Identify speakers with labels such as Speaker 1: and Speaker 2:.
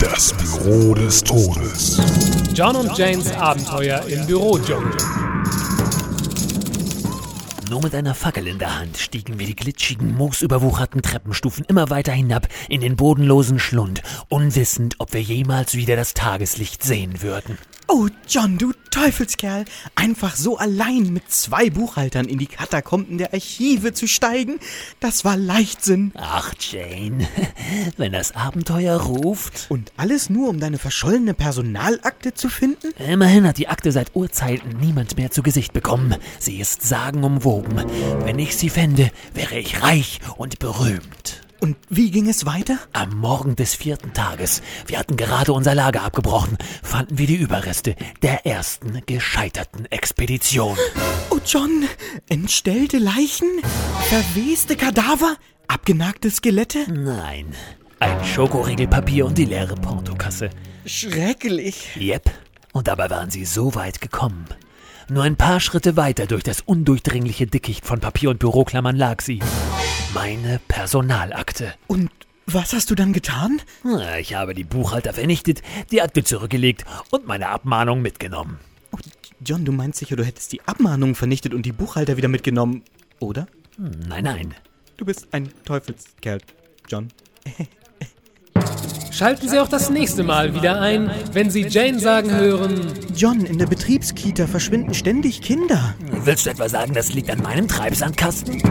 Speaker 1: Das Büro des Todes.
Speaker 2: John und Janes Abenteuer im Bürodschungel.
Speaker 3: Nur mit einer Fackel in der Hand stiegen wir die glitschigen, moosüberwucherten Treppenstufen immer weiter hinab in den bodenlosen Schlund, unwissend, ob wir jemals wieder das Tageslicht sehen würden.
Speaker 4: Oh, John, du Teufelskerl! Einfach so allein mit zwei Buchhaltern in die Katakomben der Archive zu steigen, das war Leichtsinn.
Speaker 3: Ach, Jane, wenn das Abenteuer ruft.
Speaker 4: Und alles nur, um deine verschollene Personalakte zu finden?
Speaker 3: Immerhin hat die Akte seit Urzeiten niemand mehr zu Gesicht bekommen. Sie ist sagenumwoben. Wenn ich sie fände, wäre ich reich und berühmt.
Speaker 4: Und wie ging es weiter?
Speaker 3: Am Morgen des vierten Tages, wir hatten gerade unser Lager abgebrochen, fanden wir die Überreste der ersten gescheiterten Expedition.
Speaker 4: Oh, John, entstellte Leichen, verweste Kadaver, abgenagte Skelette?
Speaker 3: Nein, ein Schokoriegelpapier und die leere Portokasse.
Speaker 4: Schrecklich.
Speaker 3: Yep, und dabei waren sie so weit gekommen. Nur ein paar Schritte weiter durch das undurchdringliche Dickicht von Papier und Büroklammern lag sie. Meine Personalakte.
Speaker 4: Und was hast du dann getan?
Speaker 3: Na, Ich habe die Buchhalter vernichtet, die Akte zurückgelegt und meine Abmahnung mitgenommen.
Speaker 4: Oh, John, du meinst sicher, du hättest die Abmahnung vernichtet und die Buchhalter wieder mitgenommen, oder?
Speaker 3: Nein, nein.
Speaker 4: Du bist ein Teufelskerl, John.
Speaker 2: Schalten Sie auch das nächste Mal wieder ein, wenn Sie Jane sagen hören.
Speaker 4: John, in der Betriebskita verschwinden ständig Kinder.
Speaker 3: Willst du etwa sagen, das liegt an meinem Treibsandkasten?